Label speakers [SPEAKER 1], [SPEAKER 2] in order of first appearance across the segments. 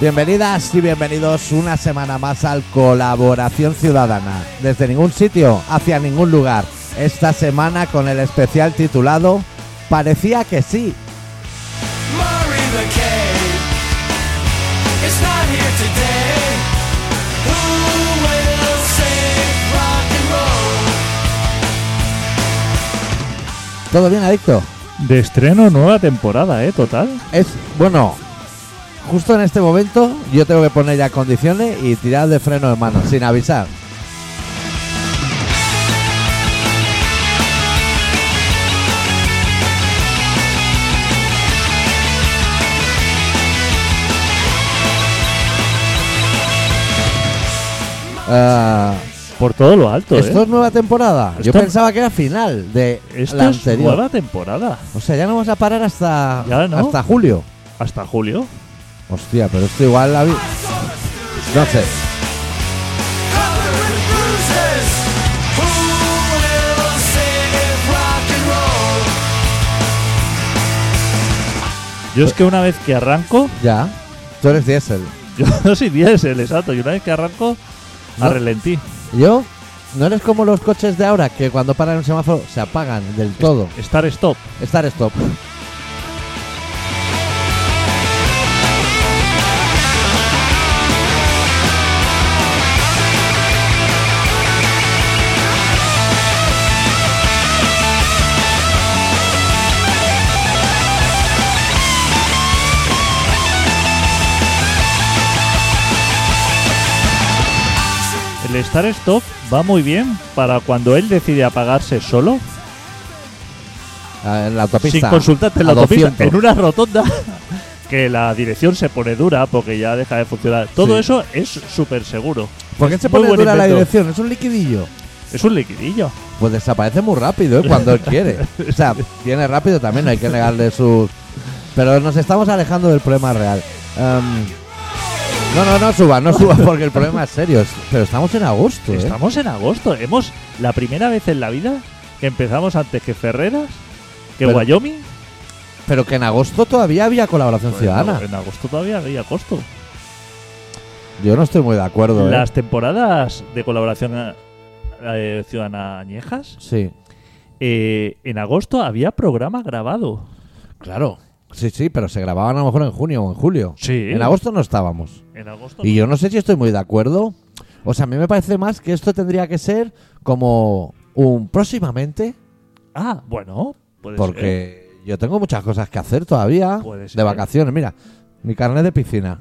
[SPEAKER 1] Bienvenidas y bienvenidos una semana más al Colaboración Ciudadana. Desde ningún sitio, hacia ningún lugar. Esta semana con el especial titulado Parecía que sí.
[SPEAKER 2] Murray McKay is not here today. Who will save rock and roll?
[SPEAKER 1] ¿Todo bien, adicto?
[SPEAKER 3] De estreno, nueva temporada, ¿eh? Total.
[SPEAKER 1] Es, bueno, justo en este momento yo tengo que poner ya condiciones y tirar de freno de mano, sin avisar. Ah,
[SPEAKER 3] Por todo lo alto,
[SPEAKER 1] ¿Esto
[SPEAKER 3] ¿eh?
[SPEAKER 1] es nueva temporada? Yo
[SPEAKER 3] Esto-
[SPEAKER 1] pensaba que era final de
[SPEAKER 3] Esto
[SPEAKER 1] la
[SPEAKER 3] es
[SPEAKER 1] anterior.
[SPEAKER 3] nueva temporada.
[SPEAKER 1] O sea, ya no vamos a parar hasta,
[SPEAKER 3] Ya no.
[SPEAKER 1] hasta julio.
[SPEAKER 3] Hasta julio.
[SPEAKER 1] Hostia, pero esto igual la vi. No sé.
[SPEAKER 2] Covered with bruises. Who will save rock and roll?
[SPEAKER 3] Yo es que una vez que arranco,
[SPEAKER 1] Ya. Tú eres diésel.
[SPEAKER 3] yo no soy diésel, exacto. Y una vez que arranco,
[SPEAKER 1] No.
[SPEAKER 3] a relentí.
[SPEAKER 1] Yo, no eres como los coches de ahora que cuando paran un semáforo se apagan del todo.
[SPEAKER 3] Estar stop.
[SPEAKER 1] Estar stop.
[SPEAKER 3] El estar stop va muy bien para cuando él decide apagarse solo,
[SPEAKER 1] Ah, En la autopista.
[SPEAKER 3] sin consultarte en la
[SPEAKER 1] a
[SPEAKER 3] autopista,
[SPEAKER 1] 200.
[SPEAKER 3] en una rotonda. Que la dirección se pone dura porque ya deja de funcionar. Todo
[SPEAKER 1] Sí.
[SPEAKER 3] eso es súper seguro.
[SPEAKER 1] ¿Por qué se
[SPEAKER 3] Muy
[SPEAKER 1] pone
[SPEAKER 3] buen
[SPEAKER 1] dura la
[SPEAKER 3] invento.
[SPEAKER 1] dirección? Es un liquidillo.
[SPEAKER 3] Es un liquidillo.
[SPEAKER 1] Pues desaparece muy rápido, ¿eh? Cuando él quiere. O sea, tiene rápido también, no hay que negarle sus... Pero nos estamos alejando del problema real. Em, no, no, no suba, no suba, porque el problema es serio. Es- Pero estamos en agosto, ¿eh?
[SPEAKER 3] Estamos en agosto. Hemos la primera vez en la vida que empezamos antes que Ferreras, que
[SPEAKER 1] Pero-
[SPEAKER 3] Wyoming.
[SPEAKER 1] Pero que en agosto todavía había colaboración ciudadana.
[SPEAKER 3] En agosto todavía hay agosto.
[SPEAKER 1] Yo no estoy muy de acuerdo, ¿eh?
[SPEAKER 3] Las temporadas de colaboración eh, ciudadana añejas,
[SPEAKER 1] Sí,
[SPEAKER 3] eh, en agosto había programa grabado.
[SPEAKER 1] claro. Sí, sí, pero se grababan a lo mejor en junio o en julio.
[SPEAKER 3] Sí.
[SPEAKER 1] En agosto no estábamos.
[SPEAKER 3] En agosto.
[SPEAKER 1] Y yo no sé si estoy muy de acuerdo. O sea, a mí me parece más que esto tendría que ser como un próximamente
[SPEAKER 3] Ah, bueno. puede ser.
[SPEAKER 1] Porque yo tengo muchas cosas que hacer todavía
[SPEAKER 3] Puede
[SPEAKER 1] de
[SPEAKER 3] ser.
[SPEAKER 1] vacaciones. Mira, mi carnet de piscina.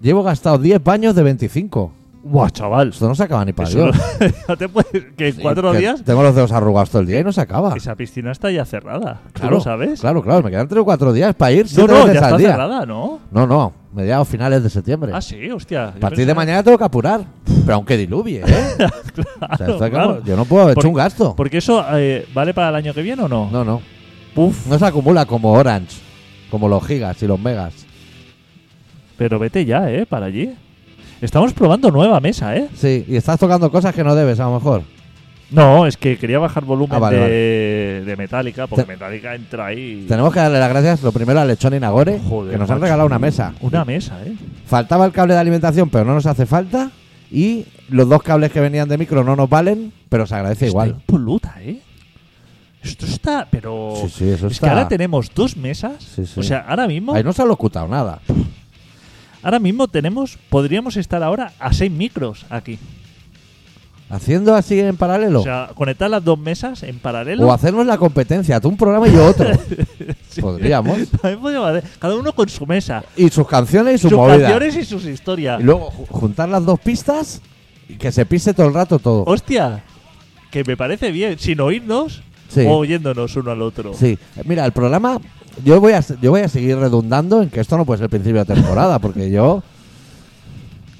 [SPEAKER 1] Llevo gastado 10 baños de 25.
[SPEAKER 3] Buah, chaval.
[SPEAKER 1] Esto no se acaba ni para
[SPEAKER 3] eso no-
[SPEAKER 1] Dios.
[SPEAKER 3] no te puedes- que en
[SPEAKER 1] Sí,
[SPEAKER 3] cuatro
[SPEAKER 1] que
[SPEAKER 3] días
[SPEAKER 1] Tengo los dedos arrugados todo el día y no se acaba.
[SPEAKER 3] esa piscina está ya cerrada. ¿Tú
[SPEAKER 1] Claro,
[SPEAKER 3] lo sabes?
[SPEAKER 1] Claro, claro. Me quedan 3 o 4 días para ir.
[SPEAKER 3] No,
[SPEAKER 1] siete
[SPEAKER 3] no, ya
[SPEAKER 1] veces
[SPEAKER 3] está
[SPEAKER 1] al día.
[SPEAKER 3] cerrada, ¿no?
[SPEAKER 1] No, no. Mediados finales de septiembre.
[SPEAKER 3] Ah, sí, hostia. yo
[SPEAKER 1] a partir de
[SPEAKER 3] pensaba-
[SPEAKER 1] mañana tengo que apurar. Pero aunque diluvie, ¿eh? O sea, esto es como-
[SPEAKER 3] claro.
[SPEAKER 1] Yo no puedo. He hecho
[SPEAKER 3] Por-
[SPEAKER 1] un gasto.
[SPEAKER 3] Porque eso eh, vale para el año que viene o no?
[SPEAKER 1] No, no.
[SPEAKER 3] Puf,
[SPEAKER 1] No se acumula como Orange. Como los gigas y los megas.
[SPEAKER 3] pero vete ya, ¿eh? Para allí. Estamos probando nueva mesa, ¿eh?
[SPEAKER 1] Sí, y estás tocando cosas que no debes, a lo mejor.
[SPEAKER 3] No, es que quería bajar volumen
[SPEAKER 1] Ah, vale,
[SPEAKER 3] de, de Metallica, porque
[SPEAKER 1] Te-
[SPEAKER 3] Metallica entra ahí.
[SPEAKER 1] Tenemos que darle las gracias lo primero a Lechón y Nagore,
[SPEAKER 3] Joder,
[SPEAKER 1] que nos han
[SPEAKER 3] macho.
[SPEAKER 1] regalado una mesa.
[SPEAKER 3] Una mesa, ¿eh?
[SPEAKER 1] Faltaba el cable de alimentación, pero no nos hace falta. Y los dos cables que venían de micro no nos valen, pero se agradece igual.
[SPEAKER 3] Está impoluta, ¿eh? Esto está, pero.
[SPEAKER 1] Sí, sí, eso
[SPEAKER 3] es
[SPEAKER 1] está-
[SPEAKER 3] que ahora tenemos dos mesas.
[SPEAKER 1] Sí, sí.
[SPEAKER 3] O sea, ahora mismo.
[SPEAKER 1] Ahí no se ha locutado nada.
[SPEAKER 3] Ahora mismo tenemos. Podríamos estar ahora a seis micros aquí.
[SPEAKER 1] Haciendo así en paralelo.
[SPEAKER 3] O sea, conectar las dos mesas en paralelo.
[SPEAKER 1] o hacernos la competencia, tú un programa y yo otro. Podríamos.
[SPEAKER 3] También podríamos hacer. Cada uno con su mesa.
[SPEAKER 1] Y sus canciones y su
[SPEAKER 3] sus
[SPEAKER 1] movida.
[SPEAKER 3] canciones y sus historias.
[SPEAKER 1] Y luego ju- juntar las dos pistas y que se pise todo el rato todo.
[SPEAKER 3] Hostia, que me parece bien, sin oírnos
[SPEAKER 1] Sí.
[SPEAKER 3] o oyéndonos uno al otro. Eh,
[SPEAKER 1] Sí, mira, el programa. Yo voy, a, se- yo voy a seguir redundando en que esto no puede ser el principio de temporada, porque yo.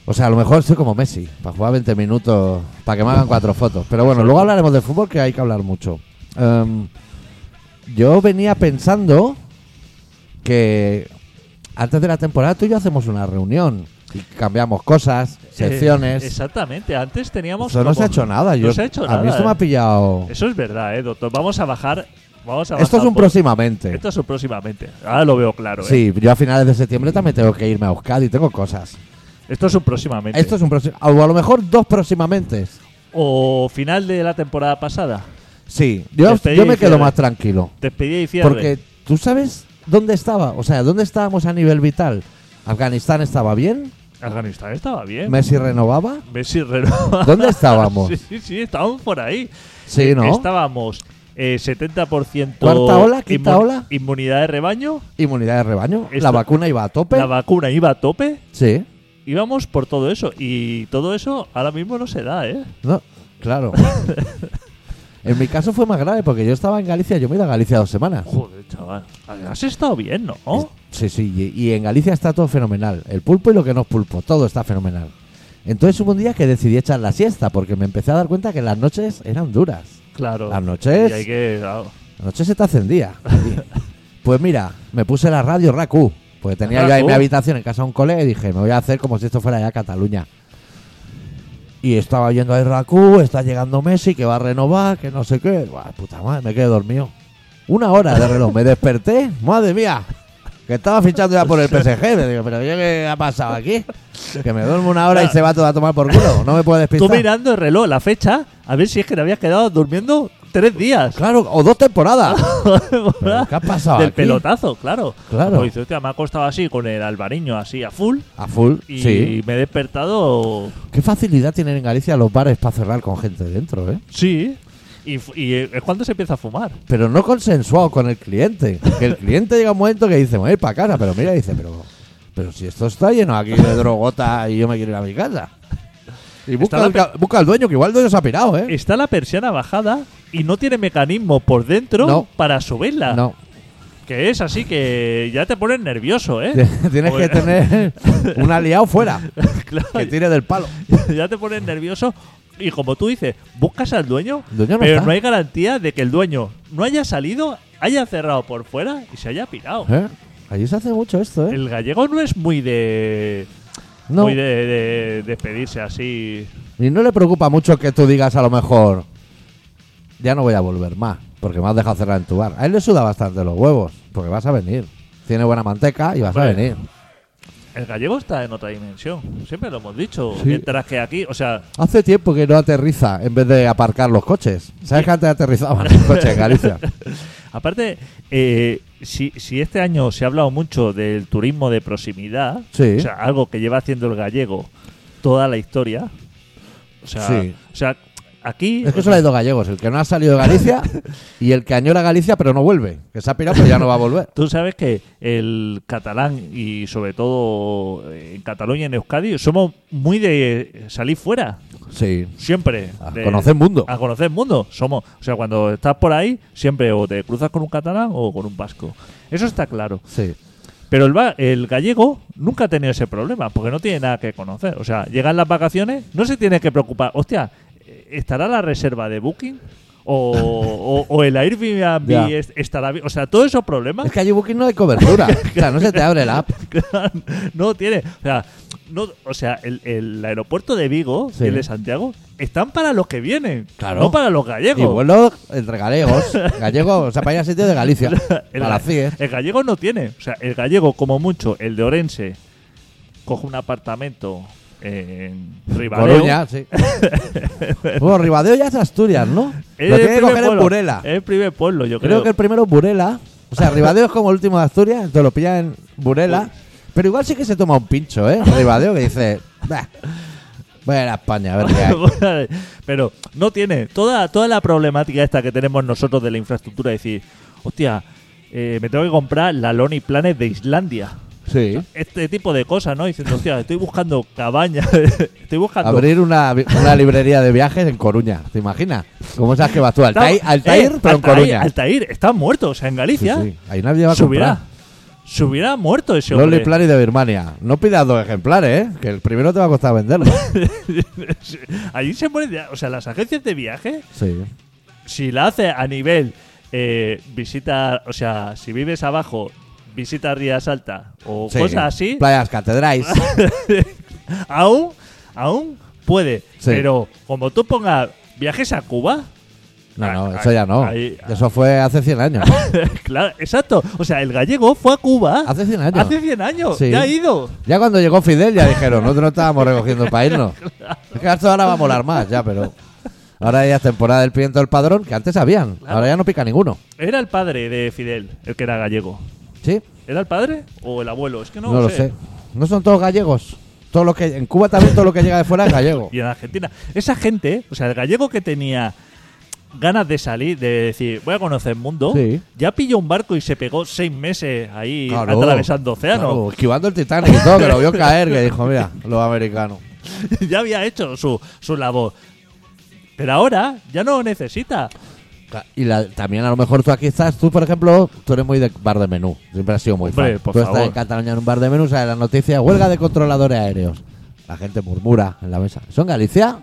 [SPEAKER 1] O sea, a lo mejor soy como Messi, para jugar 20 minutos, para que me hagan cuatro fotos. Pero bueno, luego hablaremos de fútbol, que hay que hablar mucho. Em, yo venía pensando que antes de la temporada tú y yo hacemos una reunión y cambiamos cosas,
[SPEAKER 3] Eh,
[SPEAKER 1] secciones.
[SPEAKER 3] exactamente, antes teníamos.
[SPEAKER 1] Eso no
[SPEAKER 3] como-
[SPEAKER 1] se ha hecho nada.
[SPEAKER 3] no
[SPEAKER 1] yo,
[SPEAKER 3] se ha hecho
[SPEAKER 1] a mí
[SPEAKER 3] nada,
[SPEAKER 1] esto me
[SPEAKER 3] eh.
[SPEAKER 1] ha pillado.
[SPEAKER 3] Eso es verdad, eh, doctor. Vamos a bajar Vamos a
[SPEAKER 1] Esto es un próximamente.
[SPEAKER 3] Esto es un próximamente. Ahora lo veo claro. ¿eh?
[SPEAKER 1] Sí, yo a finales de septiembre también tengo que irme a Euskadi, tengo cosas.
[SPEAKER 3] Esto es un próximamente.
[SPEAKER 1] Esto es un próximo. O a lo mejor dos próximamente.
[SPEAKER 3] O final de la temporada pasada.
[SPEAKER 1] Sí, yo,
[SPEAKER 3] Despedida
[SPEAKER 1] yo
[SPEAKER 3] Este y
[SPEAKER 1] me quedo
[SPEAKER 3] cierre.
[SPEAKER 1] más tranquilo.
[SPEAKER 3] Despedida y cierre.
[SPEAKER 1] Porque tú sabes dónde estaba, o sea, dónde estábamos a nivel vital. Afganistán estaba bien,
[SPEAKER 3] Afganistán estaba bien.
[SPEAKER 1] Messi renovaba.
[SPEAKER 3] Messi renova.
[SPEAKER 1] ¿Dónde estábamos?
[SPEAKER 3] sí, sí, sí, estábamos por ahí.
[SPEAKER 1] Sí, ¿no?
[SPEAKER 3] Estábamos eh, 70%
[SPEAKER 1] Cuarta ola, quinta ola.
[SPEAKER 3] inmunidad de rebaño,
[SPEAKER 1] Inmunidad de rebaño,
[SPEAKER 3] Esto-
[SPEAKER 1] la vacuna iba a tope.
[SPEAKER 3] la vacuna iba a tope,
[SPEAKER 1] sí,
[SPEAKER 3] íbamos por todo eso y todo eso ahora mismo no se da, ¿eh?
[SPEAKER 1] no, claro. en mi caso fue más grave porque yo estaba en Galicia, yo me he ido a Galicia dos semanas.
[SPEAKER 3] Joder, chaval. Has estado bien, ¿no?
[SPEAKER 1] Sí, sí, y, y en Galicia está todo fenomenal. El pulpo y lo que no es pulpo, todo está fenomenal. Entonces hubo un día que decidí echar la siesta porque me empecé a dar cuenta que las noches eran duras.
[SPEAKER 3] Claro.
[SPEAKER 1] Las noches.
[SPEAKER 3] Y hay que. claro.
[SPEAKER 1] La noche se te ascendía. pues mira, me puse la radio Raku. Porque tenía yo ahí
[SPEAKER 3] Raku.
[SPEAKER 1] mi habitación en casa de un colega y dije, me voy a hacer como si esto fuera ya Cataluña. Y estaba yendo ahí Raku, está llegando Messi, que va a renovar, que no sé qué. Buah, puta madre, me quedé dormido. Una hora de reloj, me desperté, madre mía, que estaba fichando ya por el PSG. Me digo, pero yo qué ha pasado aquí? Que me duermo una hora y se va todo a tomar por culo. No me puedo
[SPEAKER 3] Tú
[SPEAKER 1] despistar.
[SPEAKER 3] mirando el reloj, la fecha, a ver si es que te habías quedado durmiendo tres días.
[SPEAKER 1] Claro, o dos temporadas. ¿Pero ¿Qué ha pasado?
[SPEAKER 3] Del
[SPEAKER 1] aquí?
[SPEAKER 3] pelotazo, claro.
[SPEAKER 1] Claro.
[SPEAKER 3] Como dice, hostia, me ha costado así con el albariño así a full
[SPEAKER 1] A full,
[SPEAKER 3] y
[SPEAKER 1] sí.
[SPEAKER 3] me he despertado.
[SPEAKER 1] Qué facilidad tienen en Galicia los bares para cerrar con gente dentro, ¿eh?
[SPEAKER 3] Sí. Y, fu- y eh, es cuando se empieza a fumar.
[SPEAKER 1] Pero no consensuado con el cliente. Que el cliente llega un momento que dice, me voy a ir para casa, pero mira, dice, pero, pero si esto está lleno aquí de drogota y yo me quiero ir a mi casa. Y busca,
[SPEAKER 3] Está
[SPEAKER 1] al, ca- busca al dueño, que igual el dueño se ha pirado, ¿eh?
[SPEAKER 3] Está la persiana bajada y no tiene mecanismo por dentro
[SPEAKER 1] No.
[SPEAKER 3] para subirla.
[SPEAKER 1] No,
[SPEAKER 3] Que es así que ya te pones nervioso, ¿eh?
[SPEAKER 1] tienes que
[SPEAKER 3] Porque-
[SPEAKER 1] tener un aliado fuera
[SPEAKER 3] Claro,
[SPEAKER 1] que tire del palo.
[SPEAKER 3] ya te pones nervioso. Y como tú dices, buscas al dueño,
[SPEAKER 1] El dueño no
[SPEAKER 3] pero
[SPEAKER 1] está.
[SPEAKER 3] no hay garantía de que el dueño no haya salido, haya cerrado por fuera y se haya pirado.
[SPEAKER 1] ¿Eh? Allí se hace mucho esto, ¿eh?
[SPEAKER 3] El gallego no es muy de.
[SPEAKER 1] No.
[SPEAKER 3] Muy de, de- despedirse así.
[SPEAKER 1] Y no le preocupa mucho que tú digas a lo mejor, ya no voy a volver más, porque me has dejado cerrar en tu bar. A él le suda bastante los huevos, porque vas a venir. Tiene buena manteca y vas a
[SPEAKER 3] Bueno.
[SPEAKER 1] venir.
[SPEAKER 3] El gallego está en otra dimensión. Siempre lo hemos dicho.
[SPEAKER 1] Sí.
[SPEAKER 3] Mientras que aquí, o sea,
[SPEAKER 1] Hace tiempo que no aterriza en vez de aparcar los coches. ¿Sabes que antes aterrizaban los coches en Galicia?
[SPEAKER 3] aparte, eh, si, si este año se ha hablado mucho del turismo de proximidad,
[SPEAKER 1] Sí.
[SPEAKER 3] o sea, algo que lleva haciendo el gallego toda la historia, o sea,
[SPEAKER 1] Sí.
[SPEAKER 3] o sea aquí.
[SPEAKER 1] Es que solo hay dos gallegos, el que no ha salido de Galicia y el que añora Galicia pero no vuelve. Que se ha pirado pero ya no va a volver.
[SPEAKER 3] Tú sabes que el catalán y sobre todo en Cataluña y en Euskadi somos muy de salir fuera,
[SPEAKER 1] Sí.
[SPEAKER 3] siempre.
[SPEAKER 1] A
[SPEAKER 3] de-
[SPEAKER 1] conocer mundo.
[SPEAKER 3] A conocer mundo. Somos, o sea, cuando estás por ahí, siempre o te cruzas con un catalán o con un vasco. Eso está claro.
[SPEAKER 1] Sí.
[SPEAKER 3] Pero el, va- el gallego nunca ha tenido ese problema, porque no tiene nada que conocer. O sea, llegan las vacaciones, no se tiene que preocupar. Hostia, eh, ¿estará la reserva de Booking? O, o- o el Airbnb
[SPEAKER 1] Ya.
[SPEAKER 3] es- estará bien. O sea, todos esos problemas
[SPEAKER 1] Es que allí Booking no hay cobertura. O sea, no se te abre la app.
[SPEAKER 3] no tiene. O sea, no, o sea el, el aeropuerto de Vigo
[SPEAKER 1] Sí.
[SPEAKER 3] y el de Santiago están para los que vienen,
[SPEAKER 1] Claro.
[SPEAKER 3] no para los gallegos.
[SPEAKER 1] Y vuelos entre gallegos. Gallegos, o sea, para ir a sitio de Galicia.
[SPEAKER 3] el,
[SPEAKER 1] a las 10.
[SPEAKER 3] el gallego no tiene. O sea, el gallego, como mucho, el de Orense, coge un apartamento en Ribadeo.
[SPEAKER 1] Coruña, sí. bueno, Ribadeo ya es Asturias, ¿no?
[SPEAKER 3] Es
[SPEAKER 1] Lo tiene
[SPEAKER 3] Eh, el
[SPEAKER 1] que
[SPEAKER 3] primer
[SPEAKER 1] coger en
[SPEAKER 3] pueblo,
[SPEAKER 1] Burela.
[SPEAKER 3] Es el primer pueblo, yo
[SPEAKER 1] Creo
[SPEAKER 3] creo.
[SPEAKER 1] que el primero es Burela. O sea, Ribadeo es como el último de Asturias, entonces lo pillan en Burela. Pero igual sí que se toma un pincho, ¿eh? Ribadeo que dice, "Bah, voy a ir a España a ver qué hay".
[SPEAKER 3] Pero no tiene toda, toda la problemática esta que tenemos nosotros de la infraestructura. Es decir, hostia, eh, me tengo que comprar la Lonely Planet de Islandia.
[SPEAKER 1] Sí.
[SPEAKER 3] Este tipo de cosas, ¿no? Diciendo, hostia, estoy buscando cabañas, estoy buscando...
[SPEAKER 1] Abrir una, vi- una librería de viajes en Coruña, ¿te imaginas? ¿Cómo sabes que vas tú?
[SPEAKER 3] Está-
[SPEAKER 1] Altair, Altair
[SPEAKER 3] eh,
[SPEAKER 1] pero en
[SPEAKER 3] Altair,
[SPEAKER 1] Coruña.
[SPEAKER 3] Altair, está muerto, o sea, en
[SPEAKER 1] Sí,
[SPEAKER 3] Galicia.
[SPEAKER 1] sí. Ahí nadie va a comprar.
[SPEAKER 3] Subirá. Subirá muerto ese hombre.
[SPEAKER 1] Lonely Planet de Birmania. No pidas dos ejemplares, ¿eh? Que el primero te va a costar venderlo.
[SPEAKER 3] Allí se muere... de- O sea, las agencias de viaje,
[SPEAKER 1] Sí.
[SPEAKER 3] si la hace a nivel eh, visita... O sea, si vives abajo, visita Rías Alta o
[SPEAKER 1] Sí.
[SPEAKER 3] cosas así,
[SPEAKER 1] Playas Catedrais.
[SPEAKER 3] aún, aún puede.
[SPEAKER 1] Sí.
[SPEAKER 3] Pero como tú pongas viajes a Cuba,
[SPEAKER 1] No, no,
[SPEAKER 3] Ah,
[SPEAKER 1] eso ya no.
[SPEAKER 3] ahí-
[SPEAKER 1] Eso fue hace 100 años.
[SPEAKER 3] claro, exacto. O sea, el gallego fue a Cuba.
[SPEAKER 1] Hace 100 años.
[SPEAKER 3] Hace 100 años.
[SPEAKER 1] Sí.
[SPEAKER 3] Ya ha ido.
[SPEAKER 1] Ya cuando llegó Fidel ya dijeron, nosotros no estábamos recogiendo para irnos. Es que esto ahora va a molar más, ya, pero... Ahora ya es temporada del pimiento del padrón, que antes habían. Ahora ya no pica ninguno.
[SPEAKER 3] Era el padre de Fidel, el que era gallego.
[SPEAKER 1] ¿Sí?
[SPEAKER 3] ¿Era el padre o el abuelo? Es que no,
[SPEAKER 1] No, lo sé. No son todos gallegos. Todo lo que, en Cuba también todo lo que llega de fuera es gallego.
[SPEAKER 3] Y en Argentina. Esa gente, o sea, el gallego que tenía ganas de salir, de decir, voy a conocer el mundo,
[SPEAKER 1] Sí.
[SPEAKER 3] ya pilló un barco y se pegó seis meses ahí
[SPEAKER 1] Claro,
[SPEAKER 3] atravesando océanos.
[SPEAKER 1] claro, esquivando el Titanic y todo, que lo vio caer, que dijo, mira, los americanos.
[SPEAKER 3] ya había hecho su, su labor. Pero ahora ya no necesita.
[SPEAKER 1] Y la- también a lo mejor tú aquí estás, tú por ejemplo, tú eres muy de bar de menú, siempre has sido muy
[SPEAKER 3] Hombre,
[SPEAKER 1] fan.
[SPEAKER 3] por
[SPEAKER 1] tú
[SPEAKER 3] favor.
[SPEAKER 1] estás en Cataluña en un bar de menú, sale la noticia, huelga de controladores aéreos. La gente murmura en la mesa. ¿Son Galicia?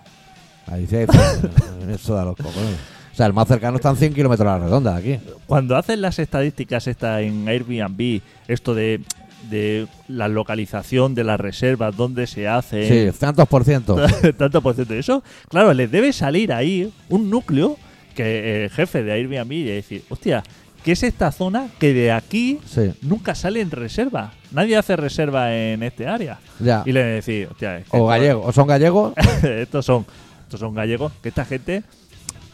[SPEAKER 1] Galicia dice, eso da los cojones. O sea, el más cercano están 100 kilómetros a la redonda de aquí.
[SPEAKER 3] Cuando hacen las estadísticas esta en Airbnb, esto de, de la localización de las reservas, dónde se hace,
[SPEAKER 1] Sí, tantos por ciento.
[SPEAKER 3] tanto por ciento de eso, claro, les debe salir ahí un núcleo que el jefe de Airbnb y decir, hostia, ¿qué es esta zona que de aquí
[SPEAKER 1] Sí.
[SPEAKER 3] nunca sale en reserva? Nadie hace reserva en este área.
[SPEAKER 1] Ya.
[SPEAKER 3] Y le decir, hostia, es que
[SPEAKER 1] O gallegos, o son gallegos.
[SPEAKER 3] estos son estos son gallegos que esta gente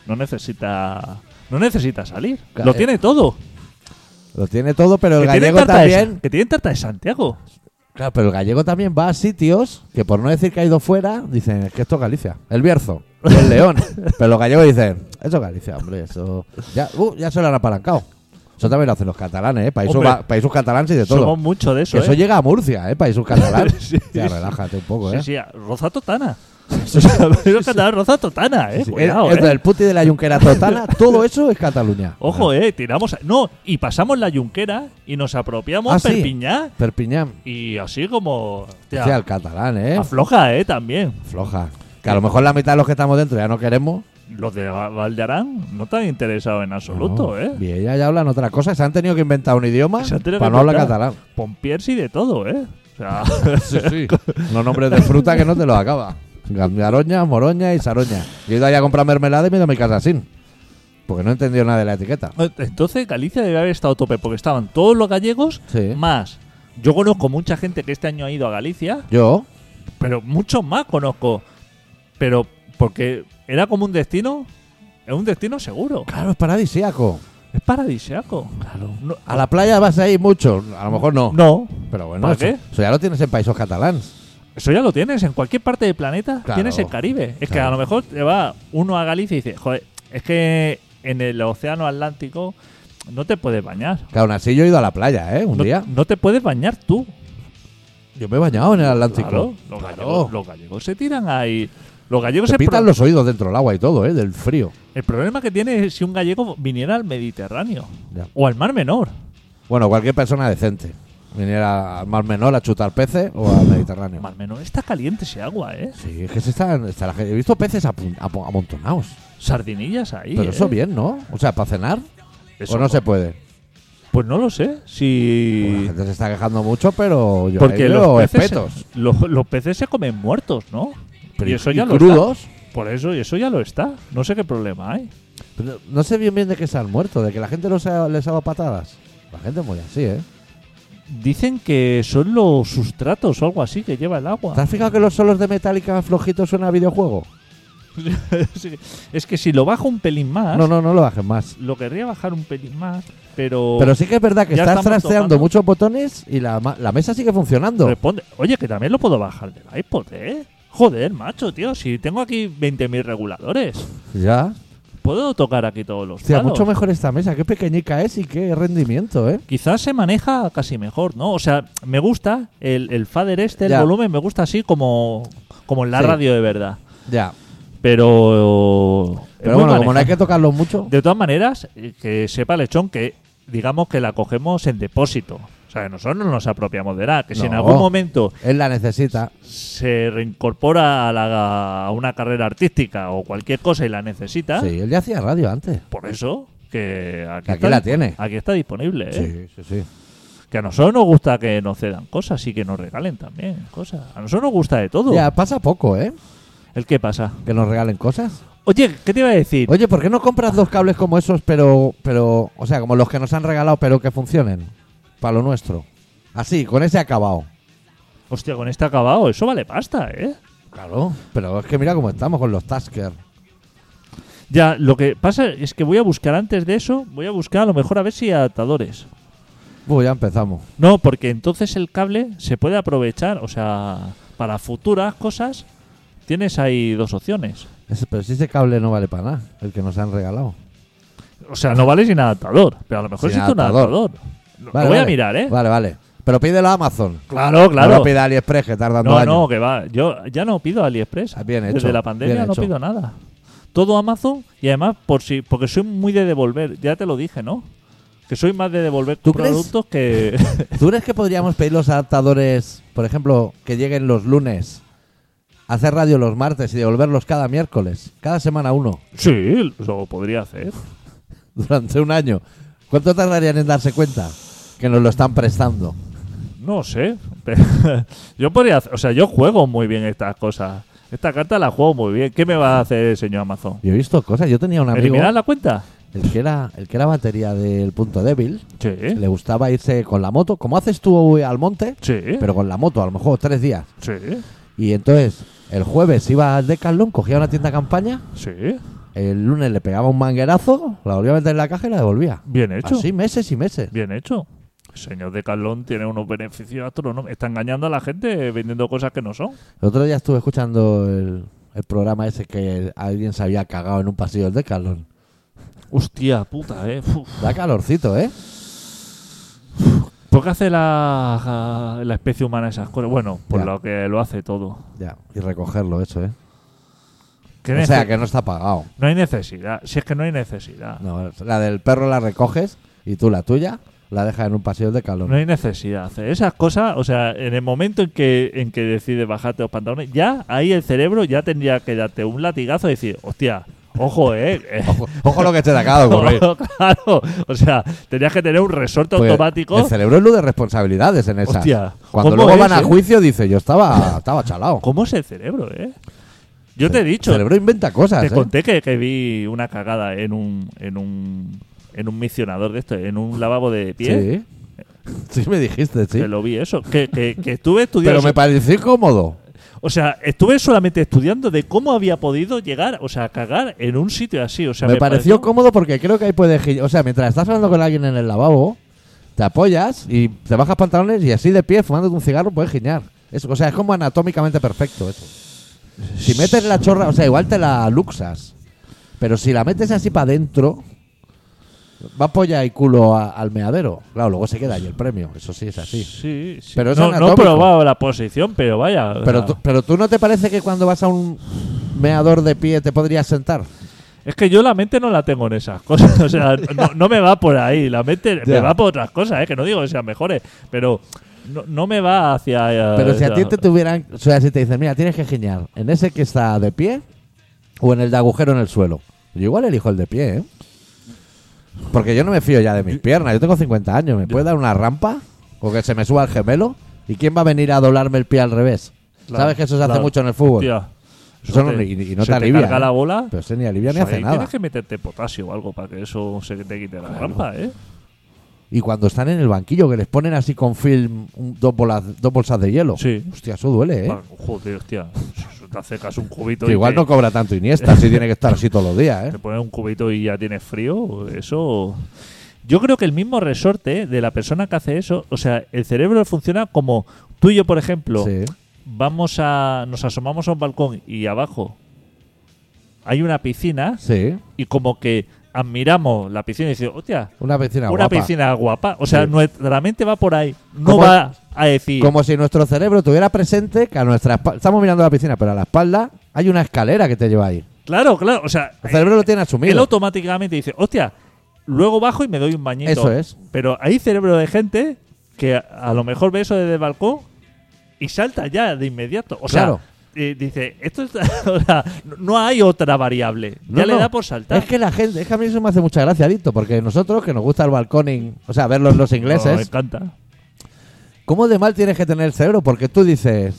[SPEAKER 3] no necesita no necesita salir.
[SPEAKER 1] Ca-
[SPEAKER 3] Lo tiene todo.
[SPEAKER 1] Lo tiene todo, pero el
[SPEAKER 3] que, tienen
[SPEAKER 1] gallego
[SPEAKER 3] tarta de,
[SPEAKER 1] también.
[SPEAKER 3] Sa- que tienen tarta de Santiago.
[SPEAKER 1] Claro, pero el gallego también va a sitios que por no decir que ha ido fuera, dicen, es que esto es Galicia, el Bierzo, el León. pero los gallegos dicen, eso es Galicia, hombre, eso... Ya, uh, ya se lo han apalancado. Eso también lo hacen los catalanes, ¿eh? Paísos,
[SPEAKER 3] Hombre,
[SPEAKER 1] va- paísos catalanes y de todo.
[SPEAKER 3] Somos mucho de eso.
[SPEAKER 1] Que eso
[SPEAKER 3] ¿eh?
[SPEAKER 1] llega a Murcia, ¿eh? Paísos catalanes.
[SPEAKER 3] Sí,
[SPEAKER 1] ya,
[SPEAKER 3] sí.
[SPEAKER 1] relájate un poco,
[SPEAKER 3] Sí,
[SPEAKER 1] ¿eh?
[SPEAKER 3] sí, a- Roza Totana. O sea, pero catalán Roza Totana, eh.
[SPEAKER 1] Sí,
[SPEAKER 3] Cuidado,
[SPEAKER 1] es- es
[SPEAKER 3] eh.
[SPEAKER 1] del puti de la yunquera totana, todo eso es Cataluña.
[SPEAKER 3] Ojo, eh, tiramos. a- No, y pasamos la yunquera y nos apropiamos
[SPEAKER 1] Ah, sí.
[SPEAKER 3] Perpiñá.
[SPEAKER 1] Perpiñán.
[SPEAKER 3] Y así como. hostia,
[SPEAKER 1] O sea, el catalán, ¿eh?
[SPEAKER 3] afloja, eh, también.
[SPEAKER 1] Floja. Que a lo mejor la mitad de los que estamos dentro ya no queremos.
[SPEAKER 3] Los de Va- Valdearán no están interesados en absoluto,
[SPEAKER 1] No.
[SPEAKER 3] eh.
[SPEAKER 1] Y ellas ya hablan otra cosa. Se han tenido que inventar un idioma
[SPEAKER 3] Se han tenido
[SPEAKER 1] para
[SPEAKER 3] que
[SPEAKER 1] no hablar
[SPEAKER 3] inventar.
[SPEAKER 1] catalán.
[SPEAKER 3] Pompiers y de todo, eh. O sea,
[SPEAKER 1] Los nombres de fruta que no te los acaba. Garoña, moroña y saroña. Yo he ido allá a comprar mermelada y me he ido a mi casa sin. Porque no he entendido nada de la etiqueta.
[SPEAKER 3] Entonces Galicia debe haber estado a tope porque estaban todos los gallegos
[SPEAKER 1] Sí.
[SPEAKER 3] más. Yo conozco mucha gente que este año ha ido a Galicia,
[SPEAKER 1] Yo,
[SPEAKER 3] pero muchos más conozco. Pero porque era como un destino, es un destino seguro.
[SPEAKER 1] claro, es paradisíaco.
[SPEAKER 3] Es paradisíaco. Claro. No,
[SPEAKER 1] A la playa vas a ir mucho. A lo mejor no.
[SPEAKER 3] no,
[SPEAKER 1] Pero bueno,
[SPEAKER 3] ¿Para
[SPEAKER 1] eso,
[SPEAKER 3] qué?
[SPEAKER 1] eso ya lo tienes en países catalanes.
[SPEAKER 3] eso ya lo tienes. En cualquier parte del planeta
[SPEAKER 1] Claro.
[SPEAKER 3] tienes el Caribe. Es que
[SPEAKER 1] Claro.
[SPEAKER 3] a lo mejor te va uno a Galicia y dice, joder, es que en el océano Atlántico no te puedes bañar.
[SPEAKER 1] Que aún así yo he ido a la playa, ¿eh? Un
[SPEAKER 3] No-
[SPEAKER 1] día.
[SPEAKER 3] no te puedes bañar tú.
[SPEAKER 1] Yo me he bañado en el Atlántico.
[SPEAKER 3] Claro, los,
[SPEAKER 1] Claro.
[SPEAKER 3] Gallegos, los gallegos se tiran ahí. Los gallegos
[SPEAKER 1] Te
[SPEAKER 3] se
[SPEAKER 1] pitan
[SPEAKER 3] pro-
[SPEAKER 1] los oídos dentro del agua y todo, ¿eh? Del frío.
[SPEAKER 3] El problema que tiene es si un gallego viniera al Mediterráneo
[SPEAKER 1] Ya.
[SPEAKER 3] o al Mar Menor.
[SPEAKER 1] Bueno, cualquier persona decente. Viniera al Mar Menor a chutar peces o al Mediterráneo.
[SPEAKER 3] El Mar Menor está caliente ese agua, ¿eh?
[SPEAKER 1] Sí, es que se están, está la gente- He visto peces apun- apu- amontonados.
[SPEAKER 3] Sardinillas ahí.
[SPEAKER 1] Pero
[SPEAKER 3] ¿eh?
[SPEAKER 1] eso bien, ¿no? O sea, para cenar.
[SPEAKER 3] Eso
[SPEAKER 1] o no se puede.
[SPEAKER 3] Pues no lo sé.
[SPEAKER 1] Pues La
[SPEAKER 3] Si.
[SPEAKER 1] gente se está quejando mucho, pero yo
[SPEAKER 3] Porque
[SPEAKER 1] ahí
[SPEAKER 3] los
[SPEAKER 1] veo
[SPEAKER 3] peces,
[SPEAKER 1] espetos.
[SPEAKER 3] se- los, los peces se comen muertos, ¿no?
[SPEAKER 1] Pero
[SPEAKER 3] y eso
[SPEAKER 1] y
[SPEAKER 3] ya lo
[SPEAKER 1] crudos.
[SPEAKER 3] está. Por eso, y eso ya lo está. No sé qué problema hay.
[SPEAKER 1] Pero no sé bien bien de qué se han muerto, de que la gente los ha- les ha dado patadas. La gente muy así, ¿eh?
[SPEAKER 3] Dicen que son los sustratos o algo así que lleva el agua.
[SPEAKER 1] ¿Te has fijado que los solos de Metallica flojitos suena a videojuego?
[SPEAKER 3] Sí. es que si lo bajo un pelín más.
[SPEAKER 1] No, no, no lo bajes más.
[SPEAKER 3] Lo querría bajar un pelín más, pero.
[SPEAKER 1] Pero sí que es verdad que
[SPEAKER 3] Ya
[SPEAKER 1] estás
[SPEAKER 3] estamos
[SPEAKER 1] trasteando
[SPEAKER 3] tocando.
[SPEAKER 1] muchos botones y la, ma- la mesa sigue funcionando.
[SPEAKER 3] responde. Oye, que también lo puedo bajar del iPod, ¿eh? Joder, macho, tío. Si tengo aquí 20.000 reguladores,
[SPEAKER 1] Ya.
[SPEAKER 3] puedo tocar aquí todos los
[SPEAKER 1] Hostia,
[SPEAKER 3] palos.
[SPEAKER 1] mucho mejor esta mesa. Qué pequeñica es y qué rendimiento, ¿eh?
[SPEAKER 3] Quizás se maneja casi mejor, ¿no? O sea, me gusta el, el fader este, el
[SPEAKER 1] Ya.
[SPEAKER 3] volumen, me gusta así como, como en la
[SPEAKER 1] Sí.
[SPEAKER 3] radio de verdad.
[SPEAKER 1] Ya.
[SPEAKER 3] Pero. es
[SPEAKER 1] Pero
[SPEAKER 3] muy
[SPEAKER 1] bueno, como no hay
[SPEAKER 3] manejable.
[SPEAKER 1] que tocarlo mucho.
[SPEAKER 3] De todas maneras, eh, que sepa Lechón que digamos que la cogemos en depósito. O sea, que nosotros no nos apropiamos de nada. Que si en
[SPEAKER 1] No.
[SPEAKER 3] algún momento
[SPEAKER 1] Él la necesita.
[SPEAKER 3] se reincorpora a, la- a una carrera artística o cualquier cosa y la necesita,
[SPEAKER 1] Sí, él ya hacía radio antes.
[SPEAKER 3] por eso que aquí,
[SPEAKER 1] Aquí
[SPEAKER 3] está
[SPEAKER 1] la
[SPEAKER 3] dispo-
[SPEAKER 1] tiene.
[SPEAKER 3] Aquí está disponible. ¿eh?
[SPEAKER 1] sí, sí.
[SPEAKER 3] Que a nosotros nos gusta que nos cedan cosas y que nos regalen también cosas. A nosotros nos gusta de todo.
[SPEAKER 1] Ya, pasa poco, ¿eh?
[SPEAKER 3] ¿El qué pasa?
[SPEAKER 1] Que nos regalen cosas.
[SPEAKER 3] Oye, ¿qué te iba a decir?
[SPEAKER 1] Oye, ¿por qué no compras dos cables como esos, pero, pero, o sea, como los que nos han regalado, pero que funcionen? Para lo nuestro. Así, con ese acabado.
[SPEAKER 3] Hostia, con este acabado, eso vale pasta, ¿eh?
[SPEAKER 1] Claro. Pero es que mira cómo estamos con los Tasker.
[SPEAKER 3] Ya, lo que pasa es que voy a buscar antes de eso, voy a buscar a lo mejor a ver si adaptadores.
[SPEAKER 1] Uy, ya empezamos.
[SPEAKER 3] No, porque entonces el cable se puede aprovechar, o sea, para futuras cosas tienes ahí dos opciones.
[SPEAKER 1] Ese- pero si ese cable no vale para nada, el que nos han regalado.
[SPEAKER 3] O sea, no vale sin adaptador, pero a lo mejor
[SPEAKER 1] Sin
[SPEAKER 3] existe un
[SPEAKER 1] adaptador.
[SPEAKER 3] adaptador. Lo-
[SPEAKER 1] Vale,
[SPEAKER 3] lo voy a
[SPEAKER 1] vale.
[SPEAKER 3] mirar, ¿eh?
[SPEAKER 1] Vale, vale. Pero pídelo a Amazon.
[SPEAKER 3] Claro,
[SPEAKER 1] No
[SPEAKER 3] claro.
[SPEAKER 1] lo pida AliExpress, que tardan dos
[SPEAKER 3] No,
[SPEAKER 1] años.
[SPEAKER 3] no, que va. Yo ya no pido AliExpress.
[SPEAKER 1] Ah, bien hecho,
[SPEAKER 3] Desde la pandemia
[SPEAKER 1] bien
[SPEAKER 3] no
[SPEAKER 1] hecho.
[SPEAKER 3] pido nada. Todo Amazon y además por si porque soy muy de devolver, ya te lo dije, ¿no? Que soy más de devolver
[SPEAKER 1] ¿Tú crees?
[SPEAKER 3] productos que
[SPEAKER 1] ¿Tú crees que podríamos pedir los adaptadores, por ejemplo, que lleguen los lunes, hacer radio los martes y devolverlos cada miércoles? Cada semana uno,
[SPEAKER 3] Sí, lo podría hacer.
[SPEAKER 1] durante un año. ¿Cuánto tardarían en darse cuenta que nos lo están prestando?
[SPEAKER 3] No sé. pero yo podría hacer- o sea, yo juego muy bien estas cosas. Esta carta la juego muy bien. ¿Qué me va a hacer el señor Amazon?
[SPEAKER 1] Yo he visto cosas. Yo tenía un amigo,
[SPEAKER 3] ¿Eliminar la cuenta?
[SPEAKER 1] el que era, el que era batería del punto débil,
[SPEAKER 3] Sí.
[SPEAKER 1] le gustaba irse con la moto, como haces tú eh, al monte,
[SPEAKER 3] Sí.
[SPEAKER 1] pero con la moto, a lo mejor tres días.
[SPEAKER 3] sí.
[SPEAKER 1] Y entonces, el jueves iba al Decathlon, cogía una tienda campaña,
[SPEAKER 3] Sí.
[SPEAKER 1] el lunes le pegaba un manguerazo, la volvía a meter en la caja y la devolvía.
[SPEAKER 3] Bien hecho.
[SPEAKER 1] Así meses y meses.
[SPEAKER 3] Bien hecho. El señor de Carlón tiene unos beneficios astronómicos. Está engañando a la gente eh, vendiendo cosas que no son.
[SPEAKER 1] El otro día estuve escuchando el, el programa ese que alguien se había cagado en un pasillo del Decathlon.
[SPEAKER 3] Hostia puta, eh. Uf.
[SPEAKER 1] Da calorcito, ¿eh?
[SPEAKER 3] ¿Por qué hace la, la especie humana esas cosas? Bueno, por
[SPEAKER 1] Ya.
[SPEAKER 3] lo que lo hace todo.
[SPEAKER 1] Ya, y recogerlo eso, ¿eh?
[SPEAKER 3] Que
[SPEAKER 1] o
[SPEAKER 3] nece-
[SPEAKER 1] sea, que no está pagado.
[SPEAKER 3] No hay necesidad. Si es que no hay necesidad.
[SPEAKER 1] No, la del perro la recoges y tú la tuya la dejas en un pasillo del
[SPEAKER 3] No
[SPEAKER 1] Decathlon.
[SPEAKER 3] hay necesidad de hacer esas cosas. O sea, en el momento en que, en que decides bajarte los pantalones, ya ahí el cerebro ya tendría que darte un latigazo y decir, hostia, ojo, eh. eh,
[SPEAKER 1] Ojo, ojo lo que te acaba de ocurrir.
[SPEAKER 3] claro, o sea, tenías que tener un resorte
[SPEAKER 1] Pues,
[SPEAKER 3] automático.
[SPEAKER 1] El cerebro es luz de responsabilidades en esa.
[SPEAKER 3] Hostia,
[SPEAKER 1] Cuando
[SPEAKER 3] ¿cómo
[SPEAKER 1] luego
[SPEAKER 3] es,
[SPEAKER 1] van a
[SPEAKER 3] eh?
[SPEAKER 1] juicio, dice, yo estaba, estaba chalado.
[SPEAKER 3] ¿Cómo es el cerebro, eh? Yo te he dicho,
[SPEAKER 1] El cerebro inventa cosas,
[SPEAKER 3] te
[SPEAKER 1] ¿eh?
[SPEAKER 3] conté que, que vi una cagada en un, en un en un misionador de esto, en un lavabo de pie.
[SPEAKER 1] Sí. Sí me dijiste, sí.
[SPEAKER 3] Que lo vi eso. Que, que- que estuve estudiando.
[SPEAKER 1] Pero me pareció incómodo.
[SPEAKER 3] O sea, estuve solamente estudiando de cómo había podido llegar, o sea, a cagar en un sitio así. O sea,
[SPEAKER 1] me, pareció cómodo porque creo que ahí puedes... gi- O sea, mientras estás hablando con alguien en el lavabo, te apoyas y te bajas pantalones y así de pie, fumándote un cigarro, puedes giñar. Es- o sea, es como anatómicamente perfecto eso. Si metes la chorra, o sea, igual te la luxas. Pero si la metes así para adentro, va polla y culo a- al meadero. Claro, luego se queda ahí el premio. Eso sí es así.
[SPEAKER 3] Sí, sí.
[SPEAKER 1] Pero es
[SPEAKER 3] no, no he
[SPEAKER 1] anatómico.
[SPEAKER 3] probado la posición, pero vaya. o
[SPEAKER 1] Pero
[SPEAKER 3] sea,
[SPEAKER 1] tú, pero tú no te parece que cuando vas a un meador de pie te podrías sentar.
[SPEAKER 3] Es que yo la mente no la tengo en esas cosas. O sea, no, no me va por ahí. La mente me
[SPEAKER 1] Ya.
[SPEAKER 3] va por otras cosas, ¿eh? que no digo que sean mejores, pero no, no me va hacia. eh,
[SPEAKER 1] Pero si a
[SPEAKER 3] esa-
[SPEAKER 1] ti te tuvieran, o sea, si te dicen, mira, tienes que giñar en ese que está de pie o en el de agujero en el suelo. Yo igual elijo el de pie, ¿eh? Porque yo no me fío ya de mis piernas, yo tengo 50 años, ¿me puede dar una rampa? ¿O que se me suba el gemelo? ¿Y quién va a venir a doblarme el pie al revés?
[SPEAKER 3] Claro,
[SPEAKER 1] ¿Sabes que eso se hace
[SPEAKER 3] claro.
[SPEAKER 1] mucho en el fútbol?
[SPEAKER 3] Hostia,
[SPEAKER 1] Eso no-
[SPEAKER 3] te-
[SPEAKER 1] y, y no
[SPEAKER 3] se
[SPEAKER 1] te alivia.
[SPEAKER 3] carga
[SPEAKER 1] ¿eh?
[SPEAKER 3] la bola.
[SPEAKER 1] Pero ese ni alivia ni
[SPEAKER 3] o sea,
[SPEAKER 1] hace
[SPEAKER 3] Pues ahí
[SPEAKER 1] nada.
[SPEAKER 3] Tienes que meterte potasio o algo para que eso se te quite la rampa, ¿eh?
[SPEAKER 1] Y cuando están en el banquillo, que les ponen así con film un- dos, bolas, dos bolsas de hielo.
[SPEAKER 3] Sí.
[SPEAKER 1] Hostia, eso duele, ¿eh?
[SPEAKER 3] Pa- Joder, hostia. Eso Te acercas un cubito
[SPEAKER 1] Que
[SPEAKER 3] y
[SPEAKER 1] igual
[SPEAKER 3] te,
[SPEAKER 1] no cobra tanto Iniesta si tiene que estar así todos los días,
[SPEAKER 3] te
[SPEAKER 1] ¿eh?
[SPEAKER 3] pones un cubito y ya tienes frío. Eso. Yo creo que el mismo resorte de la persona que hace eso, o sea, el cerebro funciona como tú y yo, por ejemplo,
[SPEAKER 1] Sí.
[SPEAKER 3] vamos a nos asomamos a un balcón y abajo hay una piscina
[SPEAKER 1] Sí.
[SPEAKER 3] y como que admiramos la piscina y decimos, hostia,
[SPEAKER 1] Una piscina
[SPEAKER 3] una
[SPEAKER 1] guapa.
[SPEAKER 3] piscina guapa. O sea,
[SPEAKER 1] Sí.
[SPEAKER 3] nuestra mente va por ahí. No
[SPEAKER 1] Como-
[SPEAKER 3] va a decir.
[SPEAKER 1] Como si nuestro cerebro tuviera presente que a nuestra espalda... Estamos mirando la piscina, pero a la espalda hay una escalera que te lleva ahí.
[SPEAKER 3] Claro, claro. O sea,
[SPEAKER 1] El cerebro lo tiene
[SPEAKER 3] él
[SPEAKER 1] asumido.
[SPEAKER 3] automáticamente dice, hostia, luego bajo y me doy un bañito.
[SPEAKER 1] Eso es.
[SPEAKER 3] Pero hay cerebro de gente que a, a lo mejor ve eso desde el balcón y salta ya de inmediato. O sea,
[SPEAKER 1] Claro.
[SPEAKER 3] eh, dice, esto es- o sea, no- no hay otra variable.
[SPEAKER 1] No,
[SPEAKER 3] ya le
[SPEAKER 1] no.
[SPEAKER 3] da por saltar.
[SPEAKER 1] Es que la gente... Es que a mí eso me hace mucha gracia, Adicto, porque nosotros, que nos gusta el balconing, o sea, verlos los
[SPEAKER 3] No, Oh, me
[SPEAKER 1] ingleses,
[SPEAKER 3] encanta.
[SPEAKER 1] ¿cómo de mal tienes que tener el cerebro? Porque tú dices...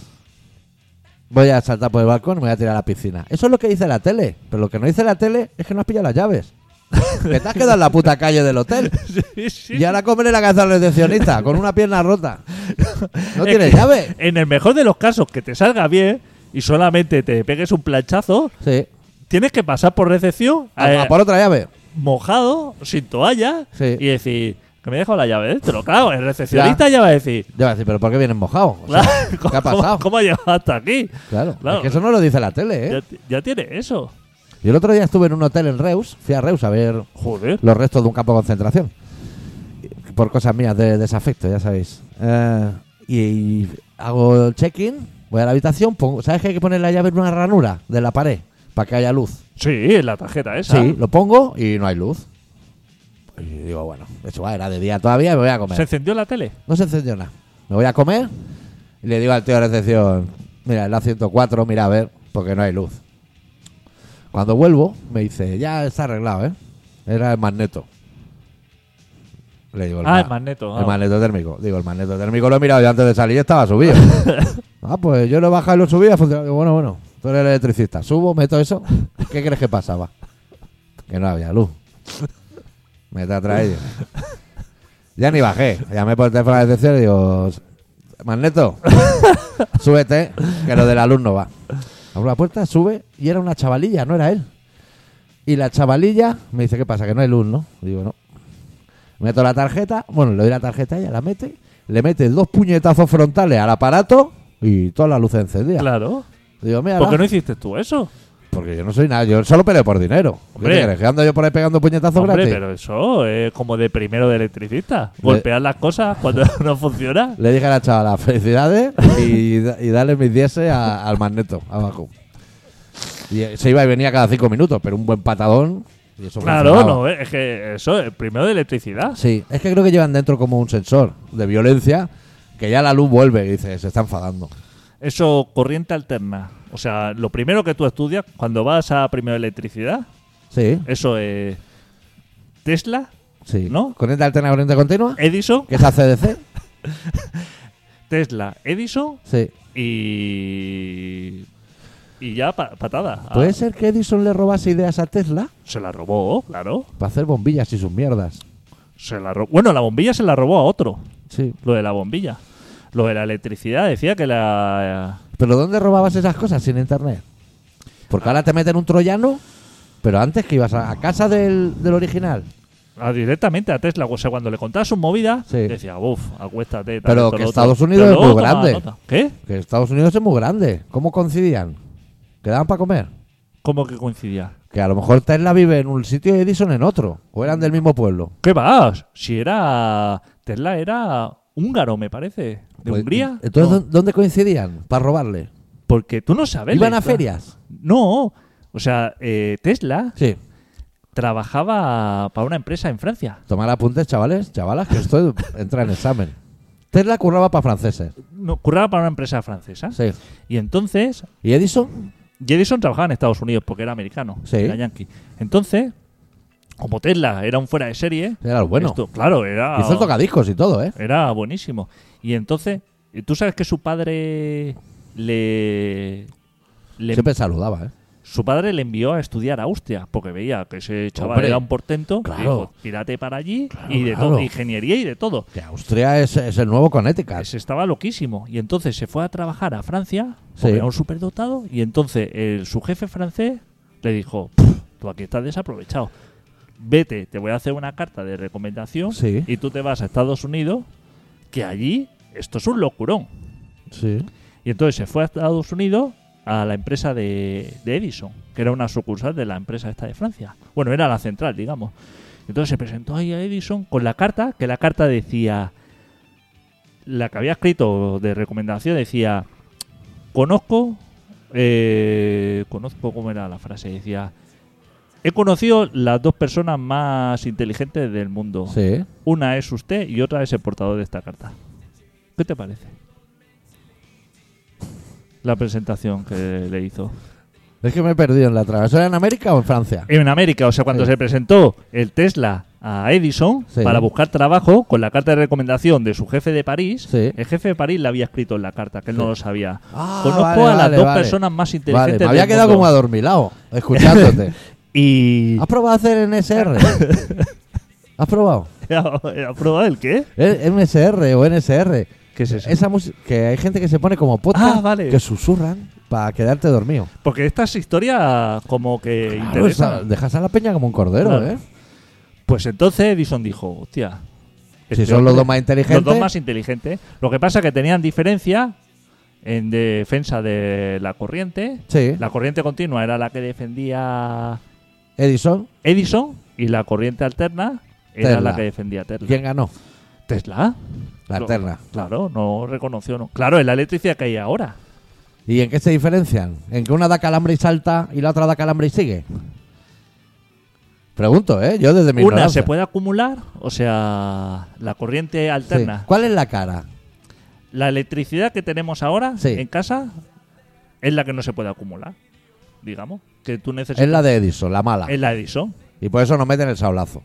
[SPEAKER 1] Voy a saltar por el balcón y me voy a tirar a la piscina. Eso es lo que dice la tele. Pero lo que no dice la tele es que no has pillado las llaves. Que te has quedado en la puta calle del hotel.
[SPEAKER 3] Sí, sí.
[SPEAKER 1] Y ahora cómele la cabeza al recepcionista con una pierna rota. No
[SPEAKER 3] Es
[SPEAKER 1] tiene
[SPEAKER 3] que,
[SPEAKER 1] llave.
[SPEAKER 3] En el mejor de los casos, que te salga bien y solamente te pegues un planchazo,
[SPEAKER 1] Sí.
[SPEAKER 3] tienes que pasar por recepción
[SPEAKER 1] A-
[SPEAKER 3] eh,
[SPEAKER 1] a por otra llave.
[SPEAKER 3] mojado, sin toalla,
[SPEAKER 1] Sí.
[SPEAKER 3] y decir que me he dejado la llave dentro. Claro, el recepcionista ya, va a decir.
[SPEAKER 1] Yo voy a decir, pero ¿por qué vienes mojado? O sea, ¿Qué ha
[SPEAKER 3] ¿cómo-
[SPEAKER 1] pasado?
[SPEAKER 3] ¿Cómo ha llegado hasta aquí?
[SPEAKER 1] Claro,
[SPEAKER 3] Claro.
[SPEAKER 1] es que eso no lo dice la tele, ¿eh?
[SPEAKER 3] Ya, ya tiene eso.
[SPEAKER 1] Yo el otro día estuve en un hotel en Reus, fui a Reus a ver
[SPEAKER 3] Joder.
[SPEAKER 1] los restos de un campo de concentración. Por cosas mías de desafecto, ya sabéis. Eh, y, y hago el check-in, voy a la habitación, pongo, ¿sabes que hay que poner la llave en una ranura de la pared para que haya luz?
[SPEAKER 3] Sí, la tarjeta esa.
[SPEAKER 1] Sí, ¿eh? lo pongo y no hay luz. Y digo, bueno, eso va, era de día todavía, me voy a comer.
[SPEAKER 3] ¿Se encendió la tele?
[SPEAKER 1] No se encendió nada. Me voy a comer y le digo al tío de recepción, mira, el A104, mira a ver, porque no hay luz. Cuando vuelvo, me dice, ya está arreglado, ¿eh? Era el magneto. Le digo,
[SPEAKER 3] Ah, el
[SPEAKER 1] ma-
[SPEAKER 3] magneto,
[SPEAKER 1] El
[SPEAKER 3] ah.
[SPEAKER 1] magneto térmico. Digo, el magneto térmico lo he mirado yo antes de salir y estaba subido. ah, pues yo lo he bajado y lo subí y ha funcionado. Digo, bueno, bueno, tú eres el electricista. Subo, meto eso. ¿Qué crees que pasaba? Que no había luz. Me te ha traído. Ya ni bajé. Llamé por teléfono a la decepción y digo, Magneto, súbete, que lo del alumno va. Abro la puerta, sube y era una chavalilla, no era él. Y la chavalilla me dice, ¿qué pasa? Que no hay luz, ¿no? Digo, no. Meto la tarjeta, bueno, le doy la tarjeta, ella la mete, le mete dos puñetazos frontales al aparato y toda la luz encendida.
[SPEAKER 3] Claro.
[SPEAKER 1] Digo, mira,
[SPEAKER 3] ¿Por qué
[SPEAKER 1] va".
[SPEAKER 3] no hiciste tú eso?
[SPEAKER 1] porque yo no soy nada, yo solo peleo por dinero. ¿Qué
[SPEAKER 3] Hombre.
[SPEAKER 1] te crees, que ando yo por ahí pegando puñetazos
[SPEAKER 3] Hombre,
[SPEAKER 1] gratis?
[SPEAKER 3] pero eso es como de primero de electricista. Golpear las cosas cuando no funciona.
[SPEAKER 1] Le dije a la chavala, felicidades y, da- y dale mis 10 a- al magneto abajo. Y eh, se iba y venía cada cinco minutos, pero un buen patadón. Y eso
[SPEAKER 3] Claro,
[SPEAKER 1] funcionaba.
[SPEAKER 3] no, es que eso es primero de electricidad.
[SPEAKER 1] Sí, es que creo que llevan dentro como un sensor de violencia que ya la luz vuelve y dice, se está enfadando.
[SPEAKER 3] Eso, corriente alterna. O sea, lo primero que tú estudias cuando vas a primero de electricidad,
[SPEAKER 1] Sí,
[SPEAKER 3] eso es Tesla,
[SPEAKER 1] sí.
[SPEAKER 3] ¿No? Eh.
[SPEAKER 1] Corriente alterna, corriente continua,
[SPEAKER 3] Edison,
[SPEAKER 1] que es ACDC.
[SPEAKER 3] Tesla, Edison
[SPEAKER 1] Sí.
[SPEAKER 3] y. Y ya pa- patada. Ah,
[SPEAKER 1] ¿Puede ser que Edison le robase ideas a Tesla
[SPEAKER 3] Se la robó, claro.
[SPEAKER 1] para hacer bombillas y sus mierdas?
[SPEAKER 3] Se la ro- bueno, la bombilla se la robó a otro.
[SPEAKER 1] Sí.
[SPEAKER 3] Lo de la bombilla. Lo de la electricidad decía que la.
[SPEAKER 1] ¿Pero dónde robabas esas cosas sin internet? Porque ahora te meten un troyano, pero antes que ibas a, a casa del, del original.
[SPEAKER 3] a- directamente a Tesla. O sea, cuando le contaba sus movidas,
[SPEAKER 1] Sí.
[SPEAKER 3] decía, uff, acuéstate. tal,
[SPEAKER 1] Pero
[SPEAKER 3] esto,
[SPEAKER 1] que
[SPEAKER 3] lo otro".
[SPEAKER 1] Estados Unidos
[SPEAKER 3] Pero
[SPEAKER 1] es muy
[SPEAKER 3] luego tomaba
[SPEAKER 1] grande.
[SPEAKER 3] nota. ¿Qué?
[SPEAKER 1] Que Estados Unidos es muy grande. ¿Cómo coincidían? ¿Quedaban para comer?
[SPEAKER 3] ¿Cómo que coincidía?
[SPEAKER 1] Que a lo mejor Tesla vive en un sitio y Edison en otro. O eran del mismo pueblo.
[SPEAKER 3] ¿Qué vas? Si era. Tesla era húngaro, me parece. ¿De
[SPEAKER 1] Pues,
[SPEAKER 3] Hungría?
[SPEAKER 1] Entonces,
[SPEAKER 3] No,
[SPEAKER 1] ¿dó- ¿dónde coincidían? Para robarle.
[SPEAKER 3] Porque tú no sabes.
[SPEAKER 1] ¿Iban
[SPEAKER 3] la
[SPEAKER 1] a
[SPEAKER 3] historia.
[SPEAKER 1] ferias?
[SPEAKER 3] No. O sea, eh, Tesla
[SPEAKER 1] Sí.
[SPEAKER 3] trabajaba para una empresa en Francia.
[SPEAKER 1] Tomar apuntes, chavales, chavalas, que esto entra en examen. Tesla curraba para franceses.
[SPEAKER 3] No, curraba para una empresa francesa.
[SPEAKER 1] Sí.
[SPEAKER 3] Y entonces
[SPEAKER 1] ¿Y Edison?
[SPEAKER 3] Y Edison trabajaba en Estados Unidos porque era americano,
[SPEAKER 1] Sí.
[SPEAKER 3] era yankee. Entonces, como Tesla era un fuera de serie,
[SPEAKER 1] Era lo bueno.
[SPEAKER 3] esto- claro, era,
[SPEAKER 1] Hizo el tocadiscos y todo, ¿eh?
[SPEAKER 3] era buenísimo. Y entonces, eh, tú sabes que su padre le, le-
[SPEAKER 1] Siempre saludaba, ¿eh?
[SPEAKER 3] su padre le envió a estudiar a Austria porque veía que ese chaval
[SPEAKER 1] Hombre.
[SPEAKER 3] era un portento.
[SPEAKER 1] Claro.
[SPEAKER 3] y Dijo, pírate para allí y de
[SPEAKER 1] claro.
[SPEAKER 3] todo, ingeniería y de todo.
[SPEAKER 1] Que Austria es, es el nuevo Connecticut.
[SPEAKER 3] Se estaba loquísimo. Y entonces se fue a trabajar a Francia, porque
[SPEAKER 1] Sí.
[SPEAKER 3] era un superdotado, y entonces el- su jefe francés le dijo, "Pff, tú aquí estás desaprovechado. Vete, te voy a hacer una carta de recomendación
[SPEAKER 1] Sí.
[SPEAKER 3] y tú te vas a Estados Unidos, que allí esto es un locurón.
[SPEAKER 1] Sí.
[SPEAKER 3] Y entonces se fue a Estados Unidos a la empresa de, de Edison, que era una sucursal de la empresa esta de Francia. Bueno, era la central, digamos. Entonces se presentó ahí a Edison con la carta, que la carta decía, la que había escrito de recomendación decía, conozco, eh, conozco cómo era la frase, decía, he conocido las dos personas más inteligentes del mundo.
[SPEAKER 1] Sí.
[SPEAKER 3] Una es usted y otra es el portador de esta carta. ¿Qué te parece? La presentación que le hizo.
[SPEAKER 1] Es que me he perdido en la trama. ¿Eso era en América o en Francia?
[SPEAKER 3] En América, o sea, cuando
[SPEAKER 1] Sí.
[SPEAKER 3] se presentó el Tesla a Edison
[SPEAKER 1] Sí.
[SPEAKER 3] para buscar trabajo con la carta de recomendación de su jefe de París,
[SPEAKER 1] Sí.
[SPEAKER 3] el jefe de París le había escrito en la carta, que él no lo sabía.
[SPEAKER 1] Ah,
[SPEAKER 3] Conozco
[SPEAKER 1] vale,
[SPEAKER 3] a las
[SPEAKER 1] vale,
[SPEAKER 3] dos
[SPEAKER 1] vale.
[SPEAKER 3] personas más
[SPEAKER 1] Vale,
[SPEAKER 3] inteligentes
[SPEAKER 1] me había
[SPEAKER 3] del
[SPEAKER 1] quedado como Ah.
[SPEAKER 3] mundo.
[SPEAKER 1] adormilado, escuchándote.
[SPEAKER 3] Y...
[SPEAKER 1] ¿Has probado a hacer NSR? ¿Has probado?
[SPEAKER 3] ¿Ha probado el qué?
[SPEAKER 1] Eh, MSR o NSR.
[SPEAKER 3] ¿Qué es eso?
[SPEAKER 1] Esa música que hay gente que se pone como podcast
[SPEAKER 3] Ah, vale.
[SPEAKER 1] que susurran para quedarte dormido.
[SPEAKER 3] Porque estas historias como que
[SPEAKER 1] Claro,
[SPEAKER 3] interesan.
[SPEAKER 1] esa- dejas a la peña como un cordero,
[SPEAKER 3] Claro.
[SPEAKER 1] ¿eh?
[SPEAKER 3] Pues entonces Edison dijo, hostia.
[SPEAKER 1] Si
[SPEAKER 3] este
[SPEAKER 1] son los
[SPEAKER 3] hombre-
[SPEAKER 1] dos más inteligentes.
[SPEAKER 3] Los dos más inteligentes. Lo que pasa es que tenían diferencia en defensa de la corriente.
[SPEAKER 1] Sí.
[SPEAKER 3] La corriente continua era la que defendía
[SPEAKER 1] Edison,
[SPEAKER 3] Edison y la corriente alterna era
[SPEAKER 1] Tesla.
[SPEAKER 3] la que defendía Tesla.
[SPEAKER 1] ¿quién ganó?
[SPEAKER 3] Tesla.
[SPEAKER 1] La
[SPEAKER 3] No,
[SPEAKER 1] alterna.
[SPEAKER 3] Claro, no reconoció. No. Claro, es la electricidad que hay ahora.
[SPEAKER 1] ¿Y en qué se diferencian? ¿En que una da calambre y salta y la otra da calambre y sigue? Pregunto, ¿eh? Yo desde mi
[SPEAKER 3] Una
[SPEAKER 1] ignorancia.
[SPEAKER 3] se puede acumular, o sea, la corriente
[SPEAKER 1] Sí.
[SPEAKER 3] alterna.
[SPEAKER 1] ¿Cuál es la cara?
[SPEAKER 3] La electricidad que tenemos ahora
[SPEAKER 1] Sí.
[SPEAKER 3] en casa es la que no se puede acumular, digamos. Que tú necesitas.
[SPEAKER 1] Es la de Edison, la mala.
[SPEAKER 3] es la Edison.
[SPEAKER 1] Y por eso nos meten el sablazo.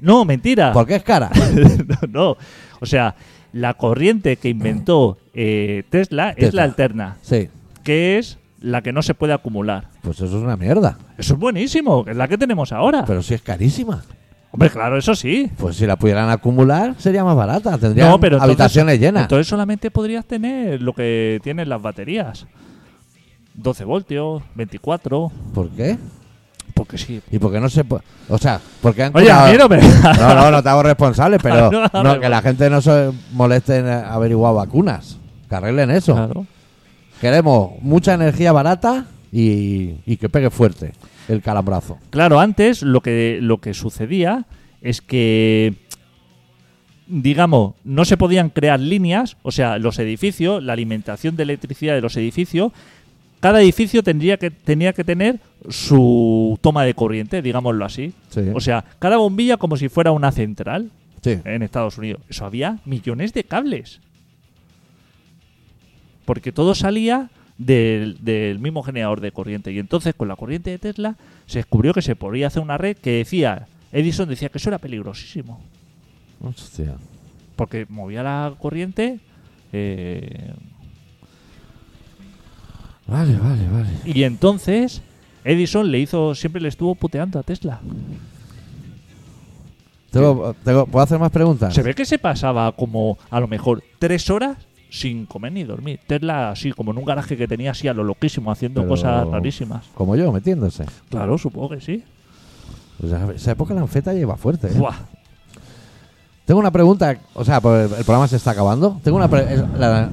[SPEAKER 3] No, mentira.
[SPEAKER 1] ¿Por qué es cara?
[SPEAKER 3] no, no. O sea, la corriente que inventó eh, Tesla, es
[SPEAKER 1] Tesla.
[SPEAKER 3] la alterna,
[SPEAKER 1] Sí.
[SPEAKER 3] que es la que no se puede acumular.
[SPEAKER 1] Pues eso es una mierda.
[SPEAKER 3] Eso es buenísimo, es la que tenemos ahora.
[SPEAKER 1] Pero si es carísima.
[SPEAKER 3] Hombre, claro, eso sí.
[SPEAKER 1] Pues si la pudieran acumular, sería más barata. Tendrían
[SPEAKER 3] no, pero entonces-
[SPEAKER 1] habitaciones llenas.
[SPEAKER 3] Entonces solamente podrías tener lo que tienen las baterías. 12 voltios, 24,
[SPEAKER 1] ¿Por qué?
[SPEAKER 3] porque sí.
[SPEAKER 1] ¿Y por qué no se puede? O sea, porque han
[SPEAKER 3] Oye,
[SPEAKER 1] curado-
[SPEAKER 3] a mí no me-
[SPEAKER 1] No, no, no te hago responsable, pero
[SPEAKER 3] No, no,
[SPEAKER 1] no,
[SPEAKER 3] me-
[SPEAKER 1] que la gente no se moleste en averiguar vacunas. Que arreglen eso.
[SPEAKER 3] Claro.
[SPEAKER 1] Queremos mucha energía barata y, y que pegue fuerte el calambrazo.
[SPEAKER 3] Claro, antes lo que, lo que sucedía es que, digamos, no se podían crear líneas, o sea, los edificios, la alimentación de electricidad de los edificios, cada edificio tendría que, tenía que tener su toma de corriente, digámoslo así.
[SPEAKER 1] Sí.
[SPEAKER 3] O sea, cada bombilla como si fuera una central
[SPEAKER 1] Sí.
[SPEAKER 3] en Estados Unidos. Eso había millones de cables. Porque todo salía del, del mismo generador de corriente. Y entonces con la corriente de Tesla se descubrió que se podía hacer una red que decía, Edison decía que eso era peligrosísimo.
[SPEAKER 1] Hostia.
[SPEAKER 3] Porque movía la corriente. eh,
[SPEAKER 1] Vale, vale, vale.
[SPEAKER 3] y entonces Edison le hizo, siempre le estuvo puteando a Tesla.
[SPEAKER 1] Tengo- tengo- ¿Puedo hacer más preguntas?
[SPEAKER 3] Se ve que se pasaba como a lo mejor tres horas sin comer ni dormir. Tesla así, como en un garaje que tenía así a lo loquísimo, haciendo
[SPEAKER 1] Pero-
[SPEAKER 3] cosas rarísimas.
[SPEAKER 1] Como yo, metiéndose.
[SPEAKER 3] Claro, supongo que sí.
[SPEAKER 1] Pues a- esa época la anfeta lleva fuerte. ¿eh?
[SPEAKER 3] Buah.
[SPEAKER 1] Tengo una pregunta, o sea, pues el programa se está acabando. Tengo una pre- la-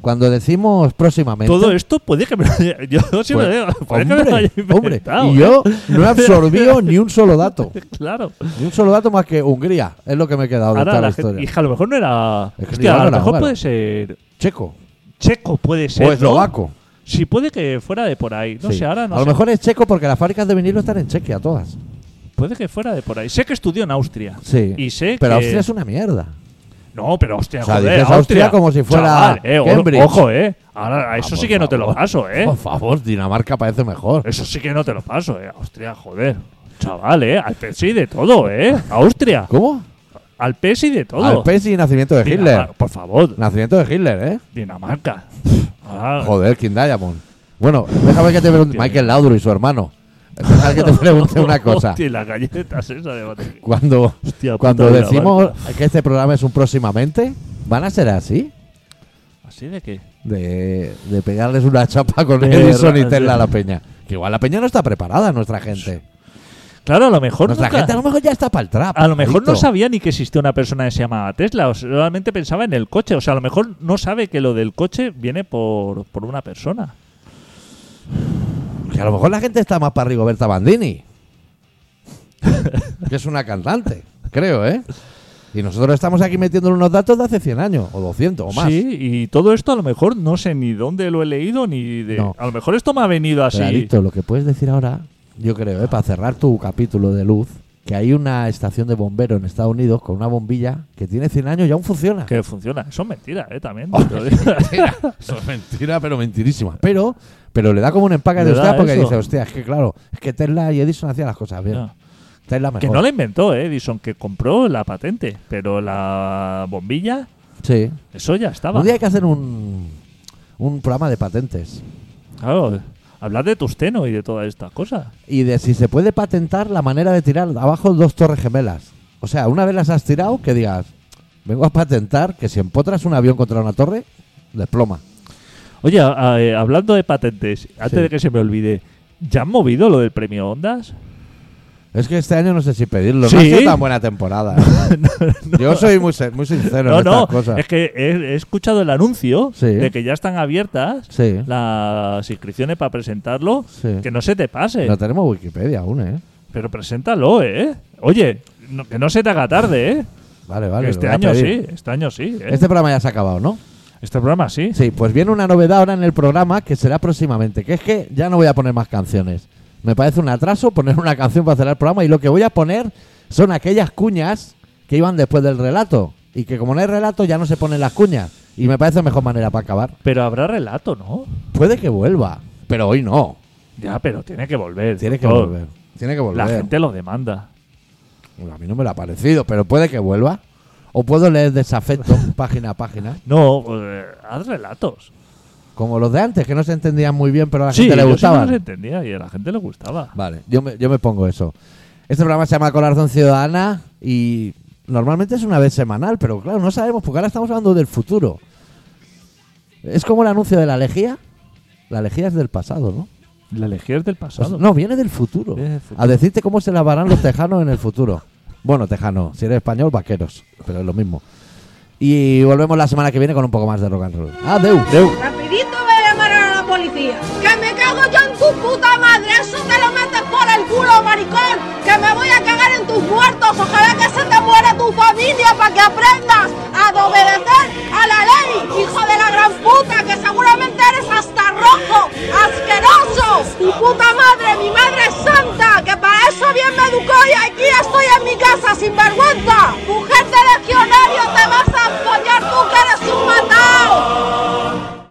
[SPEAKER 1] cuando decimos próximamente. pues,
[SPEAKER 3] Todo esto puede que me lo haya... Yo sí me lo digo, puede que me lo haya
[SPEAKER 1] hombre, hombre,
[SPEAKER 3] inventado,
[SPEAKER 1] y
[SPEAKER 3] ¿eh?
[SPEAKER 1] yo no he absorbido ni un solo dato.
[SPEAKER 3] Claro.
[SPEAKER 1] Ni un solo dato más que Hungría. Es lo que me he quedado de
[SPEAKER 3] Ahora
[SPEAKER 1] toda la
[SPEAKER 3] la gente...
[SPEAKER 1] historia.
[SPEAKER 3] y es que a lo mejor no era...
[SPEAKER 1] Es que
[SPEAKER 3] Hostia,
[SPEAKER 1] no
[SPEAKER 3] a lo
[SPEAKER 1] era
[SPEAKER 3] mejor
[SPEAKER 1] húngaro.
[SPEAKER 3] puede ser...
[SPEAKER 1] Checo.
[SPEAKER 3] Checo puede ser,
[SPEAKER 1] O
[SPEAKER 3] ¿no?
[SPEAKER 1] eslovaco.
[SPEAKER 3] Sí, puede que fuera de por ahí. No
[SPEAKER 1] Pues Sí.
[SPEAKER 3] sé, ahora no
[SPEAKER 1] a lo
[SPEAKER 3] sé.
[SPEAKER 1] mejor es checo porque las fábricas de vinilo están en Chequia todas.
[SPEAKER 3] Puede que fuera de por ahí. Sé que estudió en Austria.
[SPEAKER 1] Sí.
[SPEAKER 3] Y sé
[SPEAKER 1] Pero
[SPEAKER 3] que...
[SPEAKER 1] Austria es una mierda.
[SPEAKER 3] No, pero hostia,
[SPEAKER 1] O sea,
[SPEAKER 3] joder,
[SPEAKER 1] dices
[SPEAKER 3] Austria,
[SPEAKER 1] Austria como si fuera
[SPEAKER 3] Chaval, eh, o-
[SPEAKER 1] Cambridge.
[SPEAKER 3] Ojo, eh. Ahora, a eso
[SPEAKER 1] Ah,
[SPEAKER 3] sí
[SPEAKER 1] por
[SPEAKER 3] que no te lo
[SPEAKER 1] favor.
[SPEAKER 3] paso, eh.
[SPEAKER 1] Por favor, Dinamarca parece mejor.
[SPEAKER 3] Eso sí que no te lo paso, eh. Austria, joder. Chaval, eh. Al PSI de todo, eh. Austria.
[SPEAKER 1] ¿Cómo?
[SPEAKER 3] Al PSI de todo. ah.
[SPEAKER 1] Al y nacimiento de Hitler.
[SPEAKER 3] Dinamar- Por favor,
[SPEAKER 1] Nacimiento de Hitler, ¿eh?
[SPEAKER 3] Dinamarca. Ah,
[SPEAKER 1] Joder, King Diamond. Bueno, déjame que te pregunte.
[SPEAKER 3] Hostia.
[SPEAKER 1] Michael Laudrup y su hermano. Déjame que te pregunte una cosa.
[SPEAKER 3] Hostia, las galletas esas de batería.
[SPEAKER 1] Cuando,
[SPEAKER 3] Hostia, puta
[SPEAKER 1] cuando
[SPEAKER 3] vida,
[SPEAKER 1] decimos que este programa es un próximamente, ¿van a ser así?
[SPEAKER 3] ¿Así de qué?
[SPEAKER 1] De, de pegarles una chapa con
[SPEAKER 3] De
[SPEAKER 1] Edison y
[SPEAKER 3] ra-
[SPEAKER 1] Tesla a
[SPEAKER 3] de-
[SPEAKER 1] la peña. Que igual la peña no está preparada, nuestra gente.
[SPEAKER 3] Claro, a lo mejor
[SPEAKER 1] Nuestra
[SPEAKER 3] nunca-
[SPEAKER 1] Pues gente a lo mejor ya está para el trap.
[SPEAKER 3] A lo mejor no
[SPEAKER 1] adicto.
[SPEAKER 3] sabía ni que existía una persona que se llamaba Tesla, o sea, solamente pensaba en el coche. O sea, a lo mejor no sabe que lo del coche viene por, por una persona.
[SPEAKER 1] Que a lo mejor la gente está más para Rigoberta Bandini. que es una cantante, creo, ¿eh? Y nosotros estamos aquí metiendo unos datos de hace 100 años, o 200 o más.
[SPEAKER 3] Sí, y todo esto a lo mejor no sé ni dónde lo he leído, ni de...
[SPEAKER 1] No.
[SPEAKER 3] A lo mejor esto me ha venido así.
[SPEAKER 1] Pero, Adicto, lo que puedes decir ahora, yo creo, ¿eh? para cerrar tu capítulo de luz, que hay una estación de bomberos en Estados Unidos con una bombilla que tiene 100 años y aún funciona.
[SPEAKER 3] Que funciona. Eso es mentira, ¿eh? También.
[SPEAKER 1] Hombre,
[SPEAKER 3] te lo digo.
[SPEAKER 1] mentira. Eso es mentira, pero mentirísima. Pero, pero le da como un empaque de
[SPEAKER 3] Le da
[SPEAKER 1] hostia porque
[SPEAKER 3] eso.
[SPEAKER 1] dice, hostia, es que claro, es que Tesla y Edison hacían las cosas bien.
[SPEAKER 3] No.
[SPEAKER 1] Tesla mejor.
[SPEAKER 3] Que no la inventó, ¿eh? Edison, que compró la patente. Pero la bombilla,
[SPEAKER 1] Sí.
[SPEAKER 3] eso ya estaba.
[SPEAKER 1] Un día hay que hacer un, un programa de patentes.
[SPEAKER 3] Claro. Hablar de Tusteno y de todas estas cosas.
[SPEAKER 1] Y de si se puede patentar la manera de tirar abajo dos torres gemelas. O sea, una vez las has tirado, que digas, vengo a patentar que si empotras un avión contra una torre, desploma.
[SPEAKER 3] Oye, a- a- eh, hablando de patentes, antes
[SPEAKER 1] Sí.
[SPEAKER 3] de que se me olvide, ¿ya han movido lo del premio Ondas?
[SPEAKER 1] Es que este año no sé si pedirlo.
[SPEAKER 3] ¿Sí?
[SPEAKER 1] No ha sido tan buena temporada. ¿eh? Yo soy muy, se- muy sincero
[SPEAKER 3] No,
[SPEAKER 1] en
[SPEAKER 3] no,
[SPEAKER 1] estas cosas.
[SPEAKER 3] es que he, he escuchado el anuncio
[SPEAKER 1] Sí.
[SPEAKER 3] de que ya están abiertas
[SPEAKER 1] Sí.
[SPEAKER 3] las inscripciones para presentarlo.
[SPEAKER 1] Sí.
[SPEAKER 3] Que no se te pase,
[SPEAKER 1] No tenemos Wikipedia aún, ¿eh?
[SPEAKER 3] pero preséntalo, ¿eh? Oye, no- que no se te haga tarde, ¿eh?
[SPEAKER 1] Vale, vale.
[SPEAKER 3] Que este
[SPEAKER 1] lo voy a
[SPEAKER 3] año
[SPEAKER 1] pedir.
[SPEAKER 3] sí, este año sí. ¿eh?
[SPEAKER 1] Este programa ya se ha acabado, ¿no?
[SPEAKER 3] Este programa sí.
[SPEAKER 1] Sí, pues viene una novedad ahora en el programa que será próximamente, que es que ya no voy a poner más canciones. Me parece un atraso poner una canción para cerrar el programa y lo que voy a poner son aquellas cuñas que iban después del relato y que como no hay relato ya no se ponen las cuñas y me parece mejor manera para acabar.
[SPEAKER 3] Pero habrá relato, ¿no?
[SPEAKER 1] Puede que vuelva, pero hoy no.
[SPEAKER 3] Ya, pero tiene que volver.
[SPEAKER 1] Tiene que
[SPEAKER 3] doctor.
[SPEAKER 1] volver. Tiene que volver.
[SPEAKER 3] Oh. La gente lo demanda.
[SPEAKER 1] Bueno, A mí no me lo ha parecido, pero puede que vuelva. O puedo leer desafecto página a página.
[SPEAKER 3] No, eh, haz relatos.
[SPEAKER 1] Como los de antes, que no se entendían muy bien, pero a la
[SPEAKER 3] sí,
[SPEAKER 1] gente le
[SPEAKER 3] yo sí
[SPEAKER 1] gustaban.
[SPEAKER 3] no los entendía y a la gente le gustaba.
[SPEAKER 1] Vale, yo me, yo me pongo eso. Este programa se llama Corazón Ciudadana y normalmente es una vez semanal, pero claro, no sabemos porque ahora estamos hablando del futuro. Es como el anuncio de la lejía. La lejía es del pasado, ¿no? Pues,
[SPEAKER 3] La lejía es del pasado.
[SPEAKER 1] No, viene del futuro.
[SPEAKER 3] Viene del futuro.
[SPEAKER 1] A decirte cómo se lavarán los tejanos en el futuro. Bueno, tejano, si eres español, vaqueros, pero es lo mismo. Y volvemos la semana que viene con un poco más de rock and roll. Adeu.
[SPEAKER 4] Rapidito voy a llamar a la policía. Que me cago yo en tu puta madre. Eso te lo metes por el culo, maricón. Que me voy a cagar en tus muertos. Ojalá que se te muera tu familia para que aprendas a obedecer a la ley, hijo de la gran puta. Que seguramente eres hasta rojo, asqueroso. Tu puta madre, mi madre santa. Que para eso viene